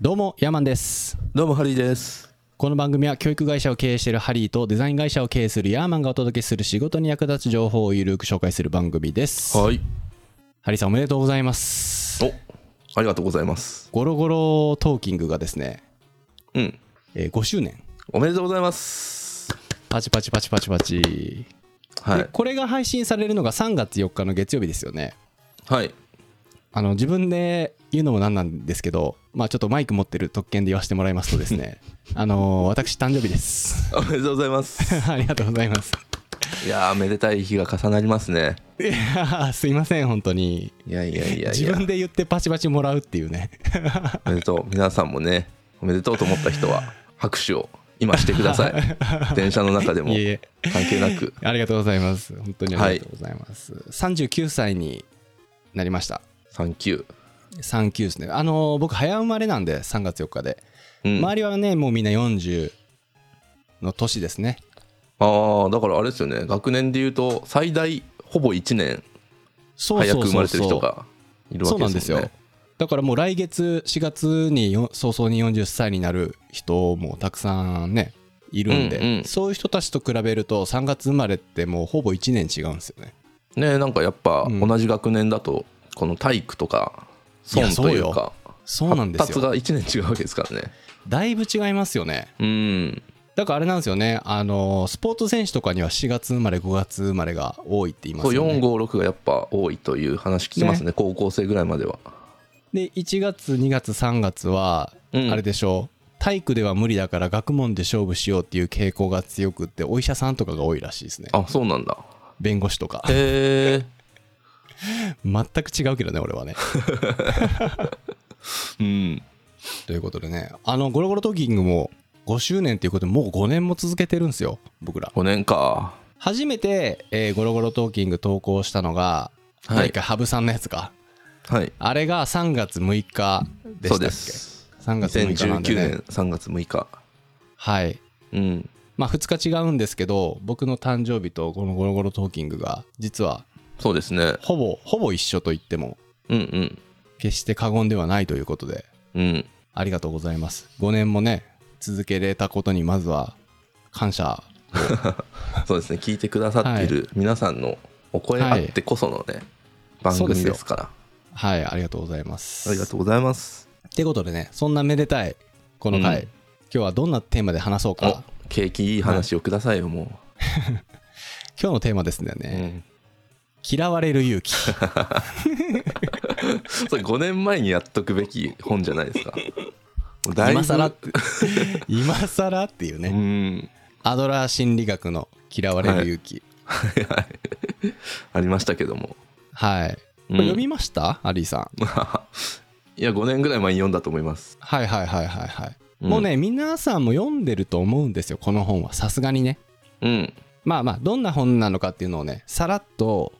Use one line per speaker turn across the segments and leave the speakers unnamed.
どうもヤーマンです
どうもハリーです。
この番組は教育会社を経営しているハリーとデザイン会社を経営するヤーマンがお届けする仕事に役立つ情報をゆるく紹介する番組です、
はい。
ハリーさんおめでとうございます
お、ありがとうございます。
ゴロゴロトーキングがですね、
うん。
えー5周年
おめでとうございます。
パチパチパチパチパチ、
は
で
い。
これが配信されるのが3月4日の月曜日ですよね
はい。
あの自分で言うのもなんなんですけど、まあ、ちょっとマイク持ってる特権で言わせてもらいますとです ねあのー私誕生日です
おめでとうございます。
ありがとうございます
いやー、めでたい日が重なりますね。
いやーすいません本当に
いやいやいやい
自
や。
分で言ってパチパチもらうっていうね
おめでとう。皆さんもね、おめでとうと思った人は、拍手を今してくだ さい。電車の中でも
いえいえ
関係なく。
ありがとうございます本当にありがとうございます、39歳になりました
サンキュー。
39ですねあのー僕早生まれなんで3月4日で、
うん、
周りはねもうみんな40の年ですね
ああだからあれですよね学年で言うと最大ほぼ1年
そう
早
そうそ
く
う
生まれてる人がいるわ
そう
け
なん
で
ですす
よ
よ、
ね
だからもう来月4月によ早々に40歳になる人もたくさんねいるんで、
うんうん
そういう人たちと比べると3月生まれってもうほぼ1年違うんですよね
ねなんかやっぱ
うん
同じ学年だとこの体育とか
いや
損というか
そうなんです
発達
よ
が1年違うわけですからね
だいぶ違いますよね
うん
だからあれなんですよねあのスポーツ選手とかには4月生まれ5月生まれが多いって言いま
そう
すよね
456がやっぱ多いという話聞きますね高校生ぐらいまでは
で1月2月3月は
うん
あれでしょう、体育では無理だから学問で勝負しようっていう傾向が強くってお医者さんとかが多いらしいですね
あそうなんだ
弁護士とか
へえ
全く違うけどね俺はね
うん
ということでねあのゴロゴロトーキングも5周年ということでもう5年も続けてるんですよ僕ら
5年か
初めて、えーゴロゴロトーキング投稿したのが、
はい
何か羽生さんのやつか
はい
あれが3月6日でした
そ
っ
う
け
です
3月6日なんで、
2019
ね、
年3月6日
はい
うん
まあ2日違うんですけど僕の誕生日とこのゴロゴロトーキングが実は
そうですね
ほぼほぼ一緒と言っても
うん
決して過言ではないということで
うんうん
ありがとうございます5年もね続けれたことにまずは感謝
そうですね聞いてくださっている皆さんのお声あってこそのね、番
そうで
組
すよ
ですから
はいありがとうございます
ありがとうございます
ってことでねそんなめでたいこの回、
うん
今日はどんなテーマで話そう
お
か
景気いい話をくださいよも
今日のテーマですね、
う、うん
嫌われる勇気
それ5年前にやっとくべき本じゃないで すか だいぶ
今更って今更っていうね、
うん
アドラー心理学の嫌われる勇気
ありましたけども、
はい、こ
う
れ
ん
読みましたアリーさ ん
いや5年ぐらい前に読んだと思います
はいはいはいはいはい、
うん
もうね皆さんも読んでると思うんですよこの本はさすがにね
うん
まあまあどんな本なのかっていうのをねさらっと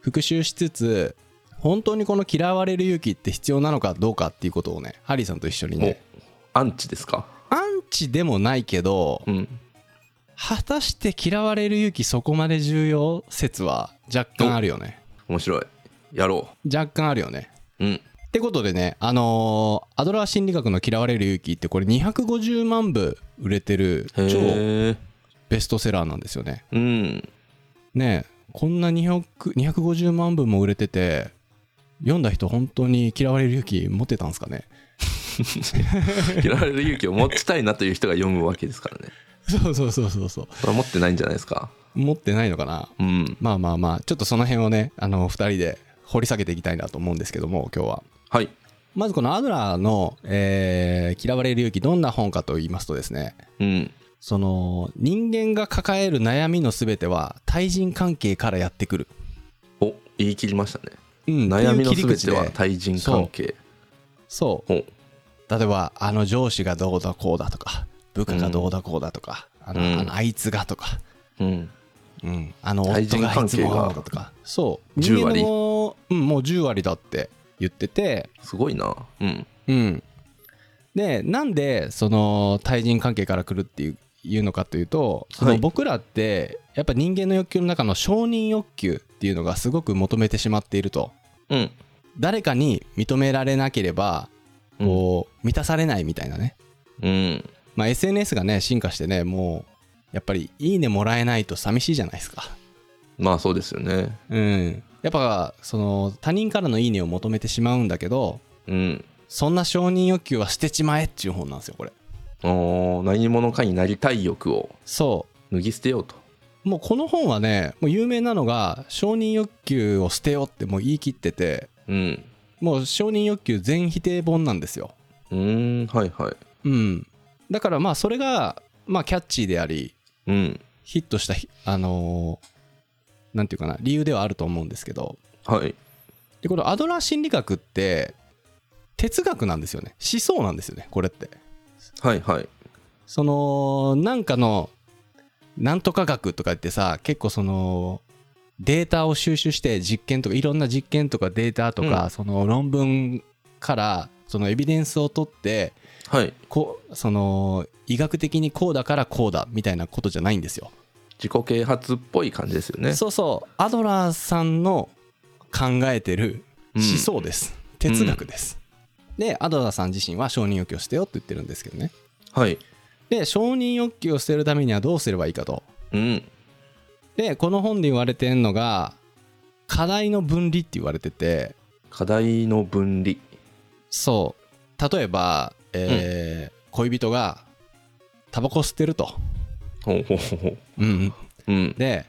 復習しつつ本当にこの嫌われる勇気って必要なのかどうかっていうことをねハリーさんと一緒に
お
ね
アンチですか
アンチでもないけど
うん
果たして嫌われる勇気そこまで重要説は若干あるよね
面白いやろ
若干あるよね
ううん
ってことでねあのーアドラー心理学の嫌われる勇気ってこれ250万部売れてる
へ
超
え
ベストセラーなんですよね
うん
ねえこんな200 250万部も売れてて読んだ人本当に嫌われる勇気持ってたんですかね
嫌われる勇気を持ちたいなという人が読むわけですからね
そうそうそうそうそう
それは持ってないんじゃないですか
持ってないのかな
うん
まあまあまあちょっとその辺をねあの2人で掘り下げていきたいなと思うんですけども今日は
はい
まずこのアドラーの、えー嫌われる勇気」どんな本かと言いますとですね
うん
その人間が抱える悩みの全ては対人関係からやってくる、
お言い切りましたね
うん
悩みの
っていう切り
全
口
て
で
は対人関係
そう
お
例えばあの上司がどうだこうだとか部下がどうだこうだとか、あの
うん
あのあいつがとか、
うん
うん、あの
対
夫
人
があい
関
つ
係が
もだとかそう
10割
人間のうん、もう10割だって言ってて、
すごいなうん
うん、でなんでその対人関係から来るっていういうのかというとそ
は
の
い
僕らってやっぱ人間の欲求の中の承認欲求っていうのがすごく求めてしまっていると
うん
誰かに認められなければ
うん
こう、満たされないみたいなね、
うん
まあ、SNS がね進化してねもうやっぱりいいねもらえないと寂しいじゃないですか
まあそうですよね
うんやっぱその他人からのいいねを求めてしまうんだけど
うん
そんな承認欲求は捨てちまえっていう本なんですよこれ
おー何者かになりたい欲を
そ
脱ぎ捨てようと
うもうこの本はねもう有名なのが承認欲求を捨てようってもう言い切ってて
うん
もう承認欲求全否定本なんですよ
うーんはいはい
うんだからまあそれがまあキャッチーであり
うん
ヒットしたひあのーなんていうかな理由ではあると思うんですけど
はい
でこのアドラー心理学って哲学なんですよね思想なんですよねこれって
はいはい
そのなんかのなんとか学とか言ってさ結構そのデータを収集して実験とかいろんな実験とかデータとか、
う
その論文からそのエビデンスを取って
はい
こうその医学的にこうだからこうだみたいなことじゃないんですよ。
自己啓発っぽい感じですよね
そうそうアドラーさんの考えてる
うん
思想です、哲学です、でアドラーさん自身は承認欲求を捨てよって言ってるんですけどね
はい
で承認欲求を捨てるためにはどうすればいいかと
うん
でこの本で言われてんのが課題の分離って言われてて
課題の分離
そう例えば、えー恋人がタバコ吸ってると、
ほうほうほうほう
うんうん
うん
で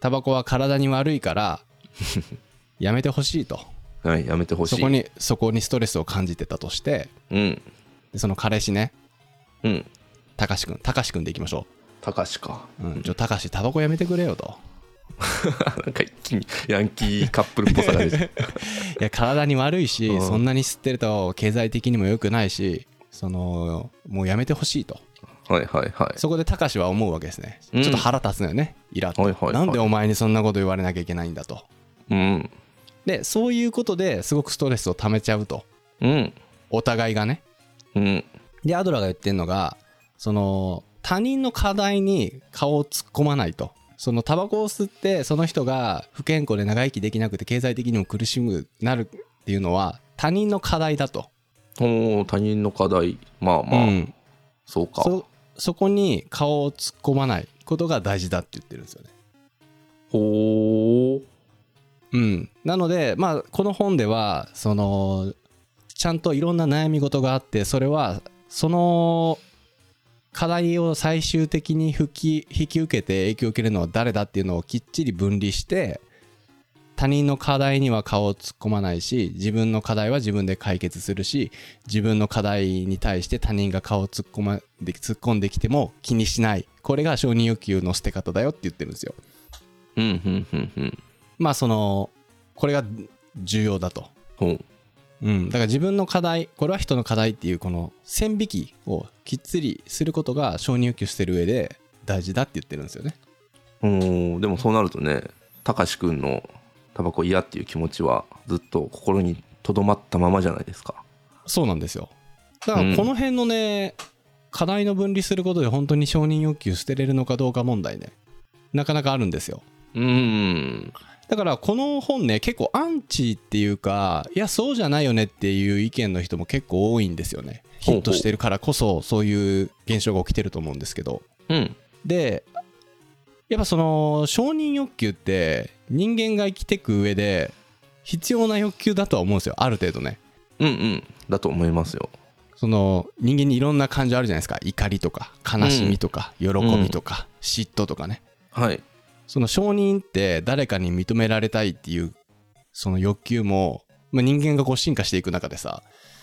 タバコは体に悪いからやめてほしいと
はいやめてほしい
そこにそこにストレスを感じてたとして
うん
でその彼氏ね
うん
たかしくんたかしくんでいきましょ
たかしか
う、うん、ちょたかしタバコやめてくれよと
なんか一気にヤンキーカップルっぽさが出て
いや体に悪いし、
うん
そんなに吸ってると経済的にも良くないしそのもうやめてほしいと
はいはいは
そこでたかしは思うわけですね、
うん
ちょっと腹立つのよねイラッと、
はいはいはい
なんでお前にそんなこと言われなきゃいけないんだと
いうん
でそういうことですごくストレスを溜めちゃうと
うん
お互いがね
うん
でアドラーが言ってるのがその他人の課題に顔を突っ込まないとそのタバコを吸ってその人が不健康で長生きできなくて経済的にも苦しむなるっていうのは他人の課題だと、
おー他人の課題まあまあ、
うん
そうか
そそこに顔を突っ込まないことが大事だって言ってるんですよね。
ほ
う
う
ん、なので、まあ、この本ではそのちゃんといろんな悩み事があってそれはその課題を最終的に吹き引き受けて影響を受けるのは誰だっていうのをきっちり分離して他人の課題には顔を突っ込まないし自分の課題は自分で解決するし自分の課題に対して他人が顔を突っ込,、ま、で突っ込んできても気にしないこれが承認欲求の捨て方だよって言ってるんですよ。
うんうんうんうん
まあそのこれが重要だと、
ほう
うん、だから自分の課題これは人の課題っていうこの線引きをきっちりすることが承認欲求してる上で大事だって言ってるんですよね
おーでもそうなるとねたかしくんのタバコ嫌っていう気持ちはずっと心にとどまったままじゃないですか
そうなんですよだからこの辺のね、課題の分離することで本当に承認欲求捨てれるのかどうか問題ねなかなかあるんですよ
うーん
だからこの本ね結構アンチっていうかいやそうじゃないよねっていう意見の人も結構多いんですよねヒ
ほうほう
ットしてるからこそそういう現象が起きてると思うんですけど
うん
でやっぱその承認欲求って人間が生きてく上で必要な欲求だとは思うんですよある程度ね
うんうんだと思いますよ
その人間にいろんな感情あるじゃないですか怒りとか悲しみとか喜びとか嫉妬とかね
はい
その承認って誰かに認められたいっていうその欲求も、まあ、人間がこう進化していく中でさ、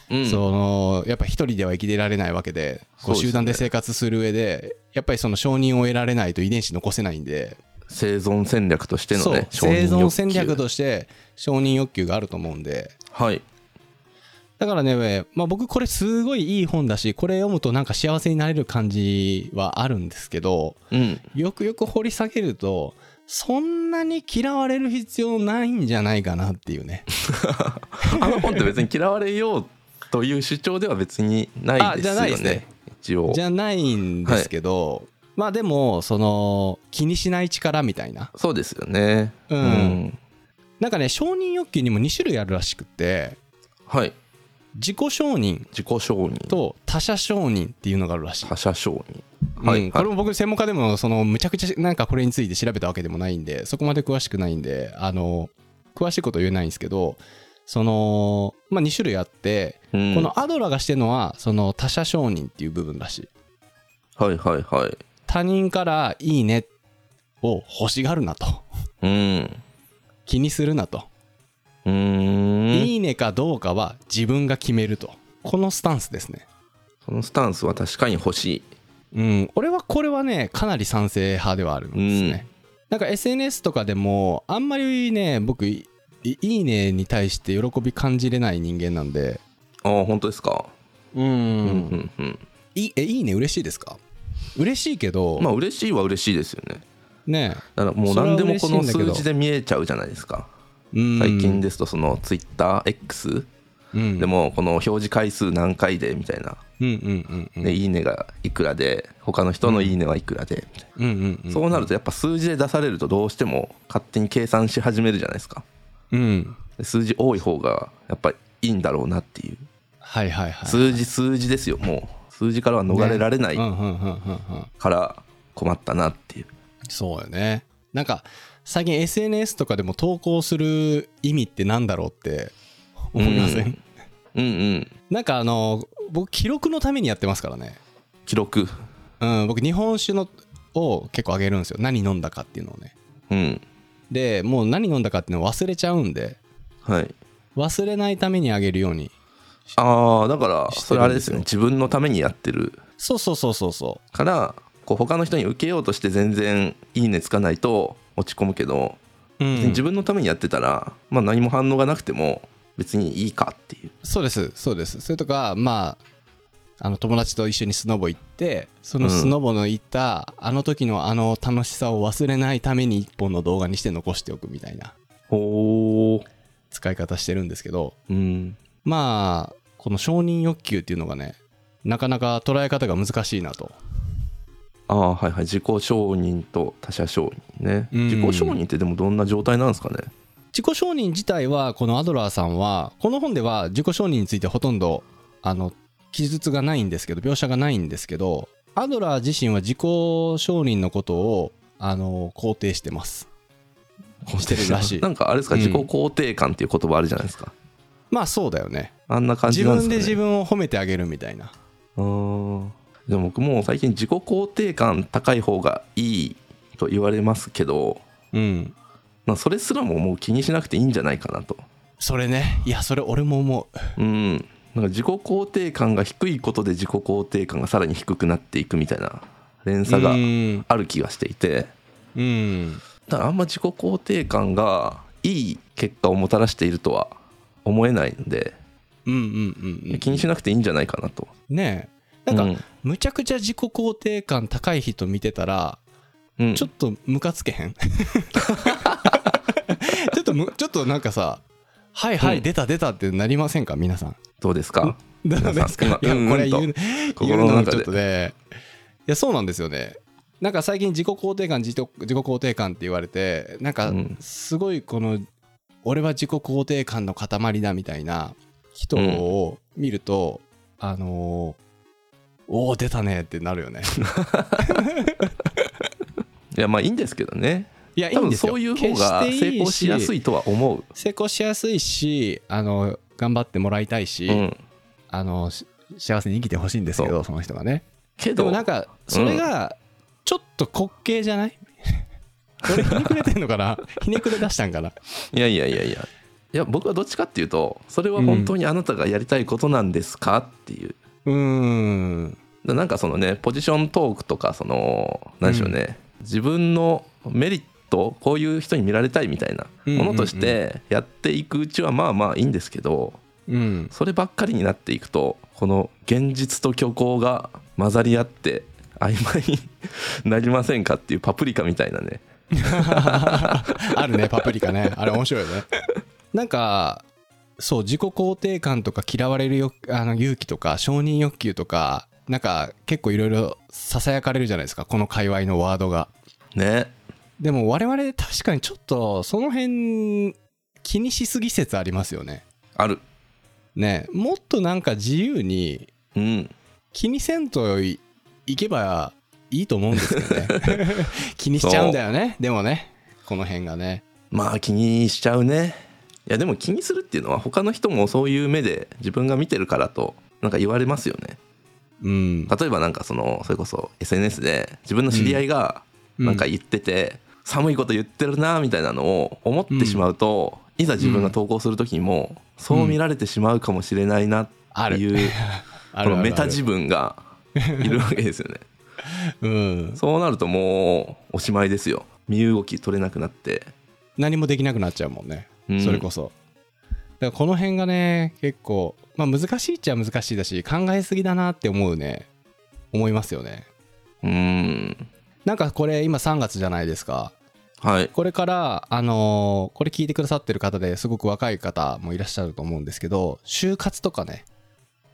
うん
そのやっぱ一人では生きてられないわけでこう
そうですね
集団で生活する上でやっぱりその承認を得られないと遺伝子残せないんで
生存戦略としてのね
そう生存戦
承認
略
欲求
として承認欲求があると思うんで
はい
だからね、まあ、僕これすごいいい本だしこれ読むとなんか幸せになれる感じはあるんですけど
うん
よくよく掘り下げるとそんなに嫌われる必要ないんじゃないかなっていうね
あの本って別に嫌われようという主張では別にないですよ
あじゃないですね
ね一応
じゃないんですけど、まあでもその気にしない力みたいな
そうですよね
うん
うん
なんかね承認欲求にも2種類あるらしくって
はい
自己承認
自己承認
と他者承認っていうのがあるらしい。
他者承認
うん、これも僕専門家でもそのむちゃくちゃなんかこれについて調べたわけでもないんでそこまで詳しくないんであの詳しいことは言えないんですけどその、まあ、2種類あって、
うん
このアドラーがしてるのはその他者承認っていう部分らしい
はいはいはい
他人から「いいね」を欲しがるなと
うん
気にするなと「
うーん
いいね」かどうかは自分が決めるとこのスタンスですね
そのスタンスは確かに欲しい
うん、俺はこれはねかなり賛成派ではあるんですね、なんか SNS とかでもあんまりね僕いいいねに対して喜び感じれない人間なんで
ああ本当ですか
うん
うんうんうん
いえいいね嬉しいですか嬉しいけど、
まあ嬉しいは嬉しいですよね
ね
だからもう何でもこ
それは嬉しいん
の数
だけど
字で見えちゃうじゃないですか
うん
最近ですとその TwitterX
うん
でもこの表示回数何回でみたいな
うんうんうんうん
でいいねがいくらで他の人のいいねはいくらでみたい
うんうんうん
なそうなるとやっぱ数字で出されるとどうしても勝手に計算し始めるじゃないですか
うん
で数字多い方がやっぱいいんだろうなっていう
はいはいはい
数字数字ですよもう数字からは逃れられない
うんうんうんうんうん
から困ったなっていう
そうよねなんか最近 SNS とかでも投稿する意味ってなんだろうって思いません、
うんうん
なんかあの僕記録のためにやってますからね、
記録
うん、僕日本酒のを結構あげるんですよ何飲んだかっていうのをね
うん
でもう何飲んだかっていうのを忘れちゃうんで
はい
忘れないためにあげるように
ああだか
してるん
ら
ですよ
それあれですよね自分のためにやってる
そうそうそうそうそ
からこう他の人に受けようとして全然いいねつかないと落ち込むけど、
う、うん
自分のためにやってたら、まあ、何も反応がなくても別にいいかっていう
そうですそうですそれとかまああの友達と一緒にスノボ行ってそのスノボの行った、あの時のあの楽しさを忘れないために一本の動画にして残しておくみたいな
ほ
使い方してるんですけど
うん
まあこの承認欲求っていうのがねなかなか捉え方が難しいなと
ああはいはい自己承認と他者承認ね、
うん
自己承認ってでもどんな状態なんですかね
自己承認自体はこのアドラーさんはこの本では自己承認についてほとんどあの記述がないんですけど描写がないんですけどアドラー自身は自己承認のことをあの肯定してますしてるらしい
なんかあれですか、
うん
自己肯定感っていう言葉あるじゃないですか
まあそうだよね
あんな感
自
じなんで
分
すか、
で
ね、
自分を褒めてあげるみたいな
あーでも僕もう最近自己肯定感高い方がいいと言われますけど
うん
まあそれすらももう気にしなくていいんじゃないかなと
それねいやそれ俺も思う
うんなんか自己肯定感が低いことで自己肯定感がさらに低くなっていくみたいな連鎖が
うん
ある気がしていて
うん
ただあんま自己肯定感がいい結果をもたらしているとは思えないんで
うんうんうんうん
気にしなくていいんじゃないかなと
ねえなんか、
うん
むちゃくちゃ自己肯定感高い人見てたら
うん
ちょっとムカつけへん ちょっとむちょっとなんかさ「はいはい、
うん
出た出た」ってなりませんか皆さん
どうで すか
ど
さ
うんですかい
今
や
うんうん
これ言う言う
心
の
の
も
中
ちょっ
で
とねいやそうなんですよねなんか最近自己肯定感自己自己肯定感って言われてなんか
うん
すごいこの俺は自己肯定感の塊だみたいな人を見ると、あのーおお出たねってなるよ ね
いやまあいいんですけどね
いやいい
多
ん
分
ですよ
そういう方が
決して
成
いい
功しやすいとは思う
成功しやすいしあの頑張ってもらいたいし、
うん
あのし幸せに生きてほしいんですけどその人がね
け
で
ど
もなんかそれがちょっと滑稽じゃない、 俺ひねくれてんのかな ひねくれ出したんかない
やいやいやいやいや僕はどっちかっていうとそれは本当にあなたがやりたいことなんですかっていう
うーん
だなんかそのねポジショントークとかその何でしょうね、自分のメリットこういう人に見られたいみたいな
うんうんう
も
ん
のとしてやっていくうちはまあまあいいんですけど
うん
そればっかりになっていくとこの現実と虚構が混ざり合って曖昧になりませんかっていうパプリカみたいなね
あるねパプリカねあれ面白いよねなんかそう自己肯定感とか嫌われるよあの勇気とか承認欲求とかなんか結構いろいろささやかれるじゃないですかこの界隈のワードが
ね
でも我々確かにちょっとその辺気にしすぎ説ありますよね
ある
ねもっとなんか自由に
うん
気にせんといいけばいいと思うんですけど ね気にしちゃうんだよねでもねこの辺がね
まあ気にしちゃうねいやでも気にするっていうのは他の人もそういう目で自分が見てるからとなんか言われますよね
うん
例えばなんかそのそれこそ SNS で自分の知り合いが
うん
なんか言ってて、寒いこと言ってるなみたいなのを思ってしまうと、いざ自分が投稿する時にもそう見られてしまうかもしれないな
あ
って
る
いう、
あ
こ
るあ
の
る
メタ自分がいるわけです よね
うん
そうなるともうおしまいですよ身動き取れなくなって、
何もできなくなっちゃうもんね
うん
それこそだからこの辺がね結構まあ難しいっちゃ難しいだし考えすぎだなって思うね思いますよね
うん
なんかこれ今3月じゃないですか
はい
これから、あのーこれ聞いてくださってる方ですごく若い方もいらっしゃると思うんですけど就活とかね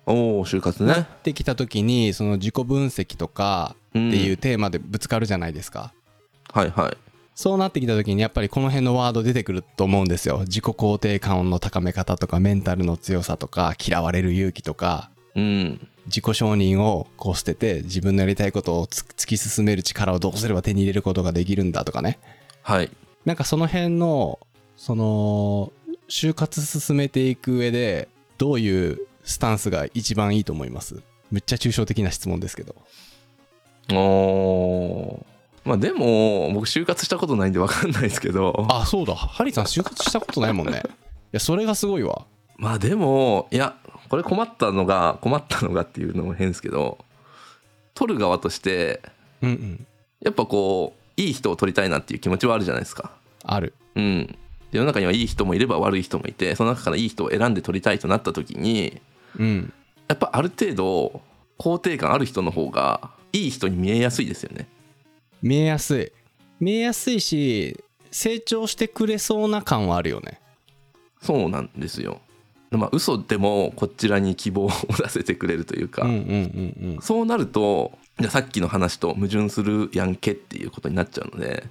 おお就活
なっ
ね
てきた時にその自己分析とか
って
っていうテーマでぶつかるじゃないですか、
はいはい
そうなってきた時にやっぱりこの辺のワード出てくると思うんですよ自己肯定感の高め方とかメンタルの強さとか嫌われる勇気とか
うん
自己承認をこう捨てて自分のやりたいことをつ突き進める力をどうすれば手に入れることができるんだとかね
はい
なんかその辺のその就活進めていく上でどういうスタンスが一番いいと思いますめっちゃ抽象的な質問ですけど
おおまあでも僕就活したことないんで分かんないですけど
あそうだハリーさん就活したことないもんね いやそれがすごいわ
まあでもいやこれ困ったのが困ったのがっていうのも変ですけど取る側として
うんうん
やっぱこういい人を取りたいなっていう気持ちはあるじゃないですか
ある
うん世の中にはいい人もいれば悪い人もいてその中からいい人を選んで取りたいとなった時に
うん
やっぱある程度肯定感ある人の方がいい人に見えやすいですよね
見えやすい見えやすいし成長してくれそうな感はあるよね
そうなんですよ。まあ嘘でもこちらに希望を出せてくれるというか、
うんうんうん
そうなるとじゃあさっきの話と矛盾するやんけっていうことになっちゃうので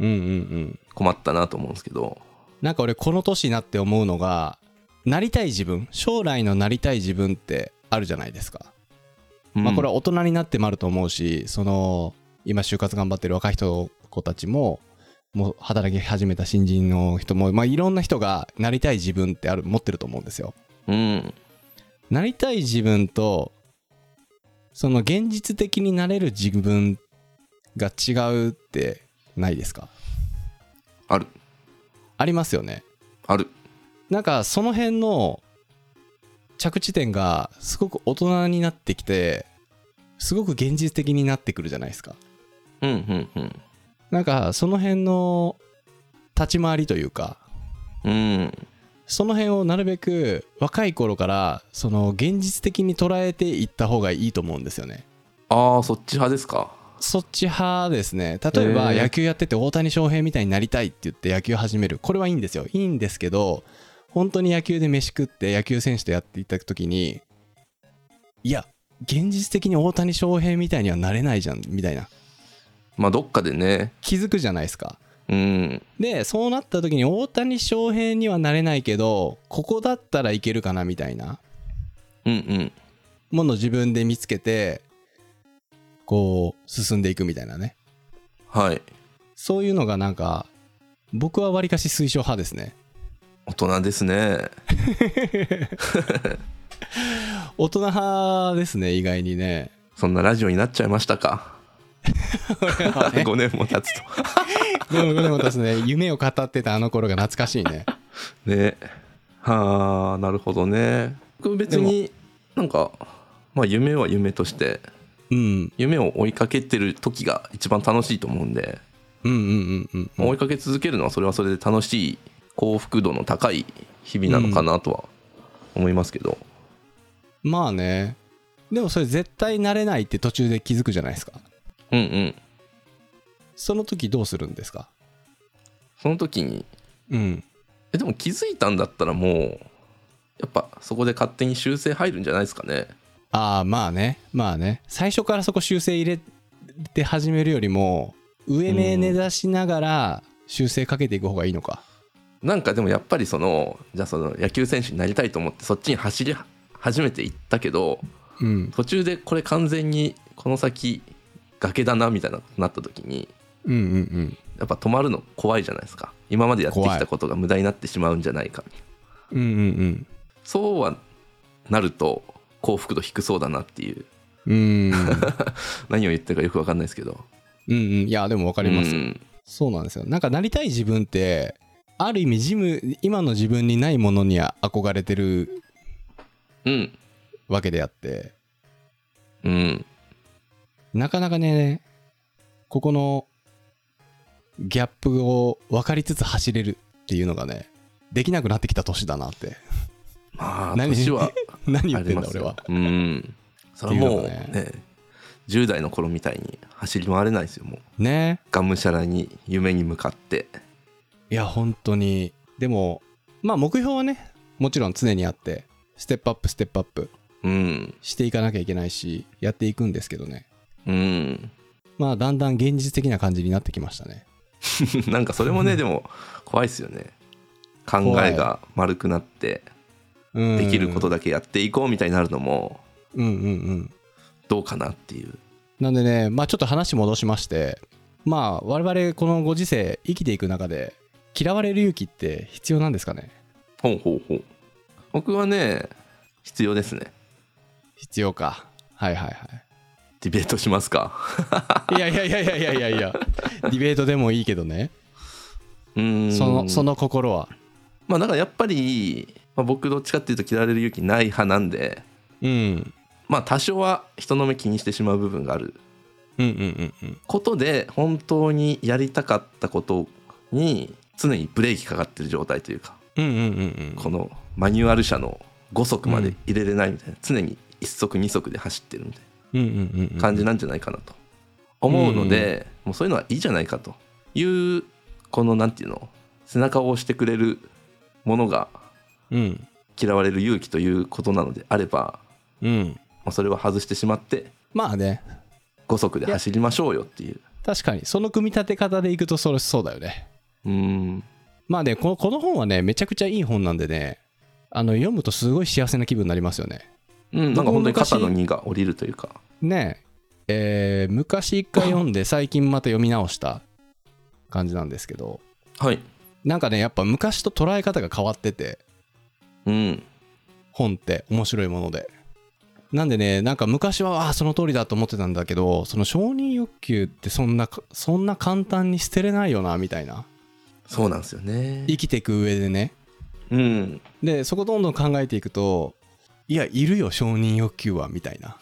うんうんうんうん
困ったなと思うんですけど
なんか俺この年になって思うのがなりたい自分将来のなりたい自分ってあるじゃないですかまあ、これ
は
は大人になってもあると思うしその今就活頑張ってる若い人子たちももう働き始めた新人の人も、まあ、いろんな人がなりたい自分ってある持ってると思うんですよ。
うん
なりたい自分とその現実的になれる自分が違うってないですか
ある
ありますよね。
ある
なんかその辺の着地点がすごく大人になってきてすごく現実的になってくるじゃないですか。
うんうん
なんかその辺の立ち回りというか
うんうん
その辺をなるべく若い頃からその現実的に捉えていった方がいいと思うんですよね
ああそっち派ですか
そっち派ですね例えば
へー
野球やってて大谷翔平みたいになりたいって言って野球始めるこれはいいんですよいいんですけど本当に野球で飯食って野球選手とやっていった時にいや現実的に大谷翔平みたいにはなれないじゃんみたいな
まあどっかでね
気づくじゃないですか
うん
でそうなった時に大谷翔平にはなれないけどここだったらいけるかなみたいな
うんうん
ものを自分で見つけてこう進んでいくみたいなね
はい
そういうのがなんか僕はわりかし推奨派ですね
大人ですね
大人派ですね意外に ね
そんなラジオになっちゃいましたか 5年も経つと
でもでも私ね夢を語ってたあの頃が懐かしいね
ねはあなるほどね僕別になんか、まあ、夢は夢として
うん
夢を追いかけてる時が一番楽しいと思うんで、
うんうんうんうん
まあ追いかけ続けるのはそれはそれで楽しい幸福度の高い日々なのかなとは思いますけど、
まあねでもそれ絶対なれないって途中で気づくじゃないですか
うん、うん
その時どうするんですか
その時に
うん
えでも気づいたんだったらもうやっぱそこで勝手に修正入るんじゃないですかね
ああまあねまあね最初からそこ修正入れて始めるよりも上目
うん
根ざしながら修正かけていく方がいいのか
なんかでもやっぱりそのじゃあその野球選手になりたいと思ってそっちに走り始めていったけど
うん
途中でこれ完全にこの先崖だなみたいななった時に
うんうん
やっぱ止まるの怖いじゃないですか今までやってき
怖い
たことが無駄になってしまうんじゃないか
うんうんうん
そうはなると幸福度低そうだなっていう
うん
何を言ってるかよく分かんないですけど
うんうん いやでも分か
あ
ります、
うん
そうなんですよなんかなりたい自分ってある意味ジム今の自分にないものに憧れてる
うん、
わけであって
うん、
なかなかねここのギャップを分かりつつ走れるっていうのがねできなくなってきた年だなって
まあ
何
年は
何言っ
あ
て
り
ん
ま
だ
す
俺
よ
は
うんそれはも
って
う
いうのが
ね10代の頃みたいに走り回れないですよもう
ね
がむしゃらに夢に向かって
いや本当にでもまあ目標はねもちろん常にあってステップアップステップアップ
うん
していかなきゃいけないしやっていくんですけどね
うん
まあだんだん現実的な感じになってきましたね
なんかそれも ねでも怖いですよね考えが丸くなって
うん
できることだけやっていこうみたいになるのも
うんうんうん
どうかなっていう
なんでねまあちょっと話戻しましてまあ我々このご時世生きていく中で嫌われる勇気って必要なんですかね
ほうほうほう僕はね必要ですね
必要かはいはいは
ディベートしますか
いいやいやいやいやいやいやいや ディベートでもいいけどね
うん
そのその心は
まあだからやっぱり、まあ、僕どっちかっていうと嫌われる勇気ない派なんで
うん
まあ多少は人の目気にしてしまう部分がある
うんうんうんうん
ことで本当にやりたかったことに常にブレーキかかってる状態というか
うんうんうん
このマニュアル車の5速まで入れれないみたいな、常に1速2速で走ってるみたい
うんうんうんうん
な感じなんじゃないかなと思うので、もうそういうのはいいじゃないかというこのなんていうの背中を押してくれるものが
うん
嫌われる勇気ということなのであれば、
うん
まあそれは外してしまって
まあね
5速で走りましょうよっていう
確かにその組み立て方でいくとそれそうだよね
うん
まあねこのこの本はねめちゃくちゃいい本なんでねあの読むとすごい幸せな気分になりますよね
うん、なんか本当
僕
に
も昔
肩の荷が下りるというか
ねええー昔一回読んで最近また読み直した感じなんですけど
はい
なんかねやっぱ昔と捉え方が変わってて
うん
本って面白いものでなんでねなんか昔はああその通りだと思ってたんだけどその承認欲求ってそんなかそんな簡単に捨てれないよなみたいな
そうなんですよね
生きていく上でね
うん
でそこどんどん考えていくといやいるよ承認欲求はみたいな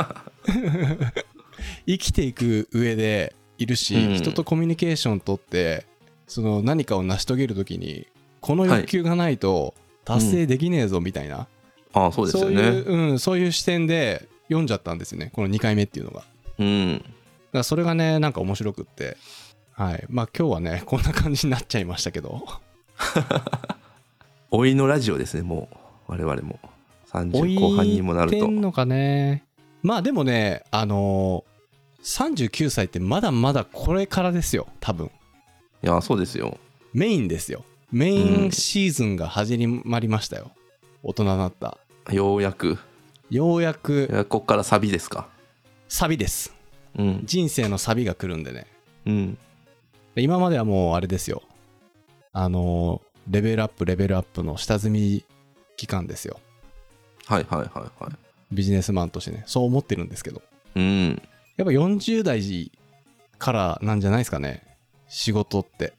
生きていく上でいるし、
うん
人とコミュニケーションとってその何かを成し遂げる時にこの欲求がないと達成できねえぞみたいな、
ああそうです
そう
よね
いう、うん、そういう視点で読んじゃったんですよねこの2回目っていうのがだか
うん
らそれがねなんか面白くってはいまあ今日はねこんな感じになっちゃいましたけど
老いのラジオですねもう我々も30後半にもなる
置い
と
てんのかねまあでもねあのー39歳ってまだまだこれからですよ多分
いやそうですよ
メインですよメインシーズンが始まりましたよ、大人になった
ようやく
ようやく
いやこっからサビですか
サビです
うん
人生のサビが来るんでね
うん
で今まではもうあれですよあのーレベルアップレベルアップの下積み期間ですよ
はいはいはいは
ビジネスマンとしてねそう思ってるんですけど
いうん
やっぱ40代からなんじゃないですかね仕事って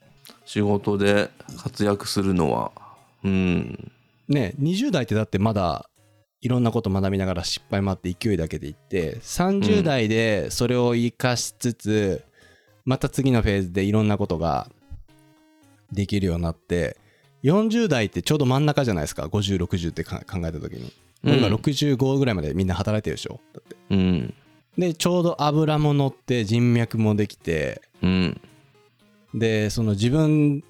仕事で活躍するのはうん
ね20代ってだってまだいろんなこと学びながら失敗もあって勢いだけでいって30代でそれを生かしつつ、また次のフェーズでいろんなことができるようになって40代ってちょうど真ん中じゃないですか5060ってか考えた時に、もう今
うん
65ぐらいまでみんな働いてるでしょだって
うん
でちょうど油も乗って人脈もできて
うん
でその自分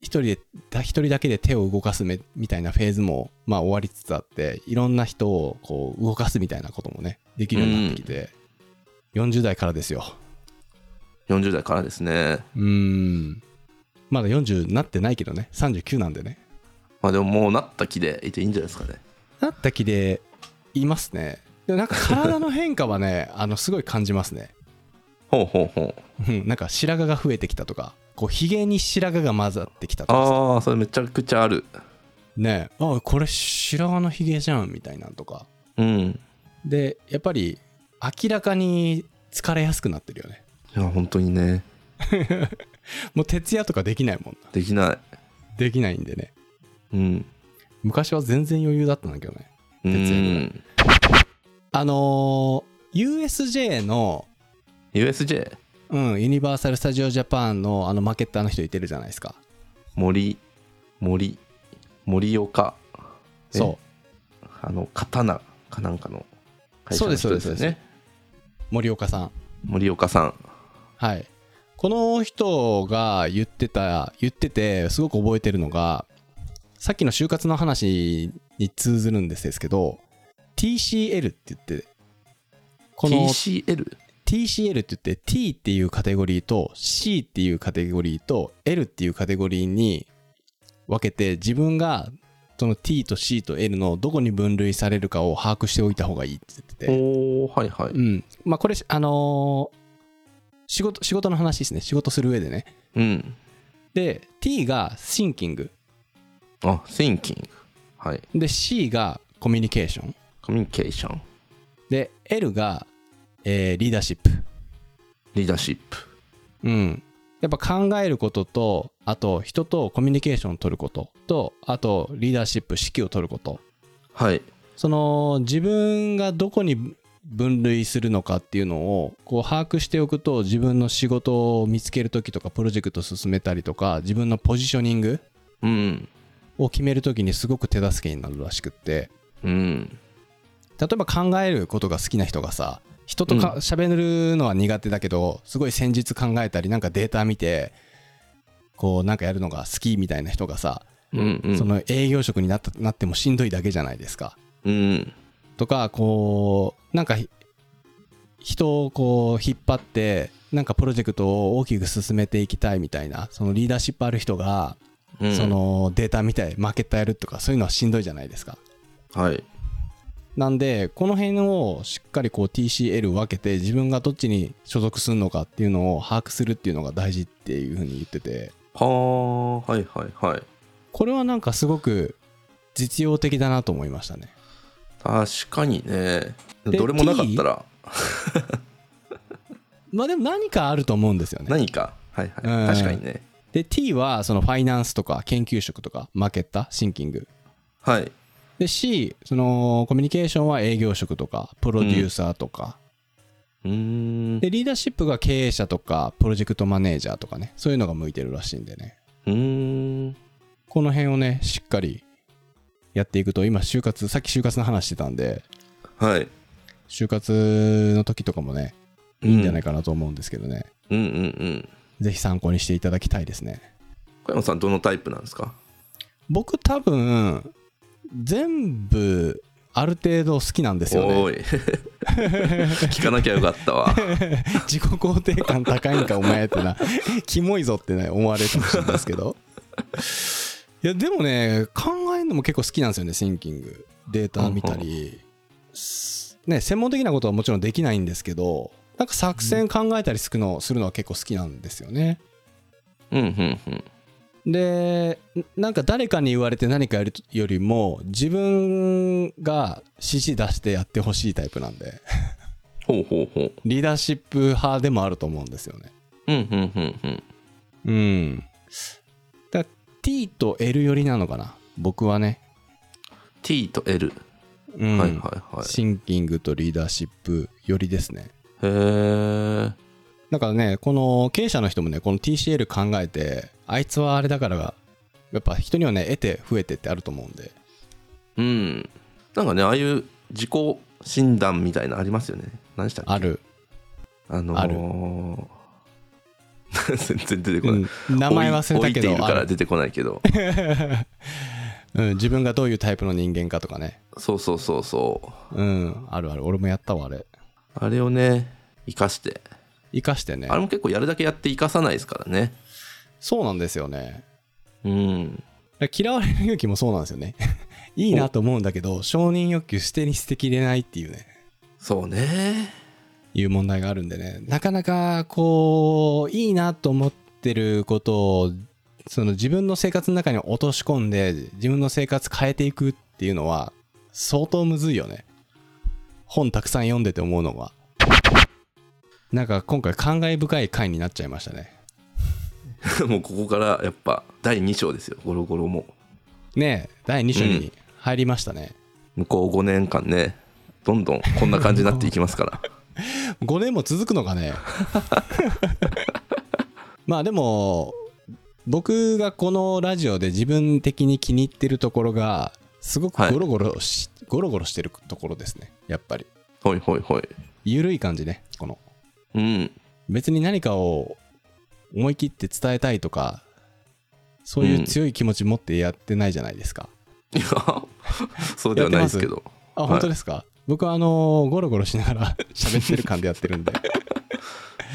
一人でだ一人だけで手を動かすめみたいなフェーズもまあ終わりつつあっていろんな人をこう動かすみたいなこともねできるようになってきて、40代からですよ
40代からですね
うーんまだ40なってないけどね39なんでね
まあでももうなった気でいていいんじゃないですかね
なった気でいますねでもなんか体の変化は ねあのすごい感じますね
ほうほうほう
うんなんか白髪が増えてきたとかこうひげに白髪が混ざってきたとかさ
ああそれめちゃくちゃある
ねえあこれ白髪のひげじゃんみたいなんとか
うん
でやっぱり明らかに疲れやすくなってるよね
いや本当にね
もう徹夜とかできないもんな
できな
できないんでね
いうん
昔は全然余裕だったんだけどね
う
徹夜ぐら
ん
あのー USJ の、
USJ
うん、ユニバーサル・スタジオ・ジャパンのあのマーケッターの人いてるじゃないですか
森森森岡え
そ
あの刀かなんかの会社
そう
の
です
人ですよ
そうで
ね
う森岡さん
森岡さん
はいこの人が言ってた言っててすごく覚えてるのがさっきの就活の話に通ずるんですけど TCL って言ってこの
TCL
TCL って言って T っていうカテゴリーと C っていうカテゴリーと L っていうカテゴリーに分けて自分がその T と C と L のどこに分類されるかを把握しておいた方がいいって言ってて、
おおはいはい、
うん、まあこれあのー仕事仕事の話ですね仕事する上でね
うん、
で T が thinking
あ thinking はい
で C がコミュニケーション
コミュニケーション
で L が、えーリーダーシップ
リーダーシップ
うん、やっぱ考えることとあと人とコミュニケーションを取ることとあとリーダーシップ指揮を取ること
はい
その自分がどこに分類するのかっていうのをこう把握しておくと自分の仕事を見つける時とかプロジェクト進めたりとか自分のポジショニング
うん
を決める時にすごく手助けになるらしくって
うん
例えば考えることが好きな人がさ人とか喋るのは苦手だけど、すごい戦術考えたりなんかデータ見てこうなんかやるのが好きみたいな人がさ、
うんうん
その営業職になったなってもしんどいだけじゃないですか。
うん
とかこうなんかひ人をこう引っ張ってなんかプロジェクトを大きく進めていきたいみたいなそのリーダーシップある人が、
うん
そのデータ見てマーケットやるとかそういうのはしんどいじゃないですか。
はい
なんで、この辺をしっかりこう TCL 分けて、自分がどっちに所属するのかっていうのを把握するっていうのが大事っていうふうに言ってて、
はあはいはいはい
これはなんかすごく実用的だなと思いましたね。
確かにね
で
どれもなかったら
まあでも何かあると思うんですよね。
何かはいはい
うん
確かにね
で、T はそのファイナンスとか研究職とかマーケッター、シンキング。
はい
で、C、そのコミュニケーションは営業職とかプロデューサーとか。
うーん
で、リーダーシップが経営者とかプロジェクトマネージャーとかね、そういうのが向いてるらしいんでね。
うーん
この辺をね、しっかりやっていくと、今、就活、さっき就活の話してたんで、
はい
就活の時とかもね、いいんじゃないかなと思うんですけどね、
うんうんうん
ぜひ参考にしていただきたいですね。
小山さんどのタイプなんですか
僕、多分、全部、ある程度好きなんですよね。
おーい 聞かなきゃよかったわ
自己肯定感高いんか、お前ってな、キモいぞってね、思われるかもしれないですけど。いや、でもね、考えるのも結構好きなんですよね、シンキング。データ見たり。すね、専門的なことはもちろんできないんですけど、なんか作戦考えたりするの,、するのは結構好きなんですよね。
うんうんうん
で、んなんか誰かに言われて何かやるとよりも、自分が指示出してやってほしいタイプなんで、
ほうほうほう
リーダーシップ派でもあると思うんですよね。
うんうんうんうん
うん。だから T と L 寄りなのかな、僕はね。
T と L
うん
はいはいはい
シンキングとリーダーシップ寄りですね。
へえ
だからね、この経営者の人もね、この TCL 考えて、あいつはあれだからが、やっぱ人にはね、得て増えてってあると思うんで、
うんなんかねああいう自己診断みたいなのありますよね何でしたっけ
ある。
あの
あ
ー 全然出てこ
う
ない、
ん、名前忘れたけ
老い
ど
ているか
あ
ら
る
出てこないけど
うん、自分がどういうタイプの人間かとかね。
そうそうそうそう
うん、あるある。俺もやったわ、あれ。
あれをね生かして
生かしてね
あ。れも結構やるだけやって生かさないですからね
そうなんですよね。
うん
だから嫌われる勇気もそうなんですよね。 いいなと思うんだけど、承認欲求捨てに捨てきれないっていうね、
そうね
いう問題があるんでね、なかなかこう、いいなと思ってることを、その自分の生活の中に落とし込んで、自分の生活変えていくっていうのは、相当むずいよね。本たくさん読んでて思うのは。なんか今回感慨深い回になっちゃいましたね。
もうここからやっぱ第2章ですよゴロゴロも
ねえ第2章
う
に
ん
入りましたね、
向こう5年間ねどんどんこんな感じになっていきます から
5年も続くのかね まあでも僕がこのラジオで自分的に気に入ってるところがすご
は
く
い
ゴロゴロし、ゴロゴロしてるところですねやっぱり
ほいほいほい
ゆるい感じねこの
うん
別に何かを思い切って伝えたいとかそういう強い気持ち持ってやってないじゃないですか、
いや そうではないですけど
あ本当ですか、僕はあのーゴロゴロしながら 喋ってる感でやってるんで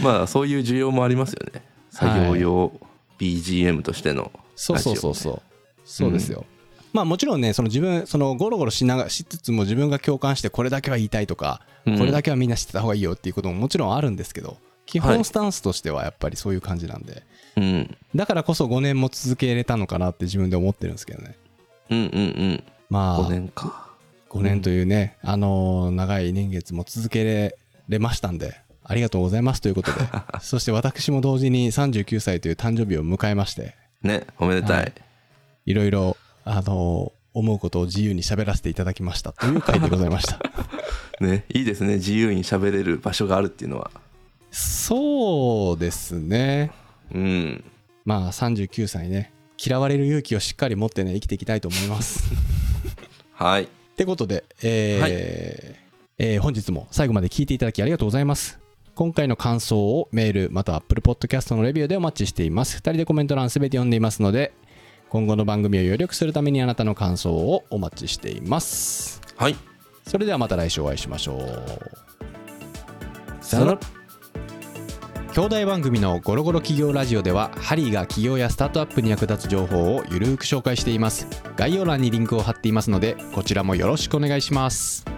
まあそういう需要もありますよね
はい
作業用 BGM としての
そうそうそう
ラジ
そう。そうですよ。まあもちろんね、その自分、そのゴロゴロしながら、しつつも自分が共感してこれだけは言いたいとか、
うん
これだけはみんな知ってた方がいいよっていうことももちろんあるんですけど、基
は
本
い
スタンスとしてはやっぱりそういう感じなんで、
うん
だからこそ5年も続けれたのかなって自分で思ってるんですけどね。
うんうんうん
まあ
5年か
5年というね、あのー長い年月も続けれましたんで、ありがとうございますということ で、そして私も同時に39歳という誕生日を迎えまして、
ねおめでたい、
はいいろいろ、あの思うことを自由に喋らせていただきましたという回でございま した。
ねいいですね自由に喋れる場所があるっていうのは
そうですね。
うん
まあ39歳ね、嫌われる勇気をしっかり持ってね、生きていきたいと思い ます。
はい
ってことで、えー
はい
えー本日も最後まで聞いていただきありがとうございます。今回の感想をメールまたは Apple Podcast のレビューでお待ちしています。2人でコメント欄すべて読んでいますので、今後の番組をより良くするためにあなたの感想をお待ちしています。
はい
それではまた来週お会いしましょう
さよなら
兄弟番組の「ゴロゴロ企業ラジオ」ではハリーが企業やスタートアップに役立つ情報をゆるーく紹介しています概要欄にリンクを貼っていますのでこちらもよろしくお願いします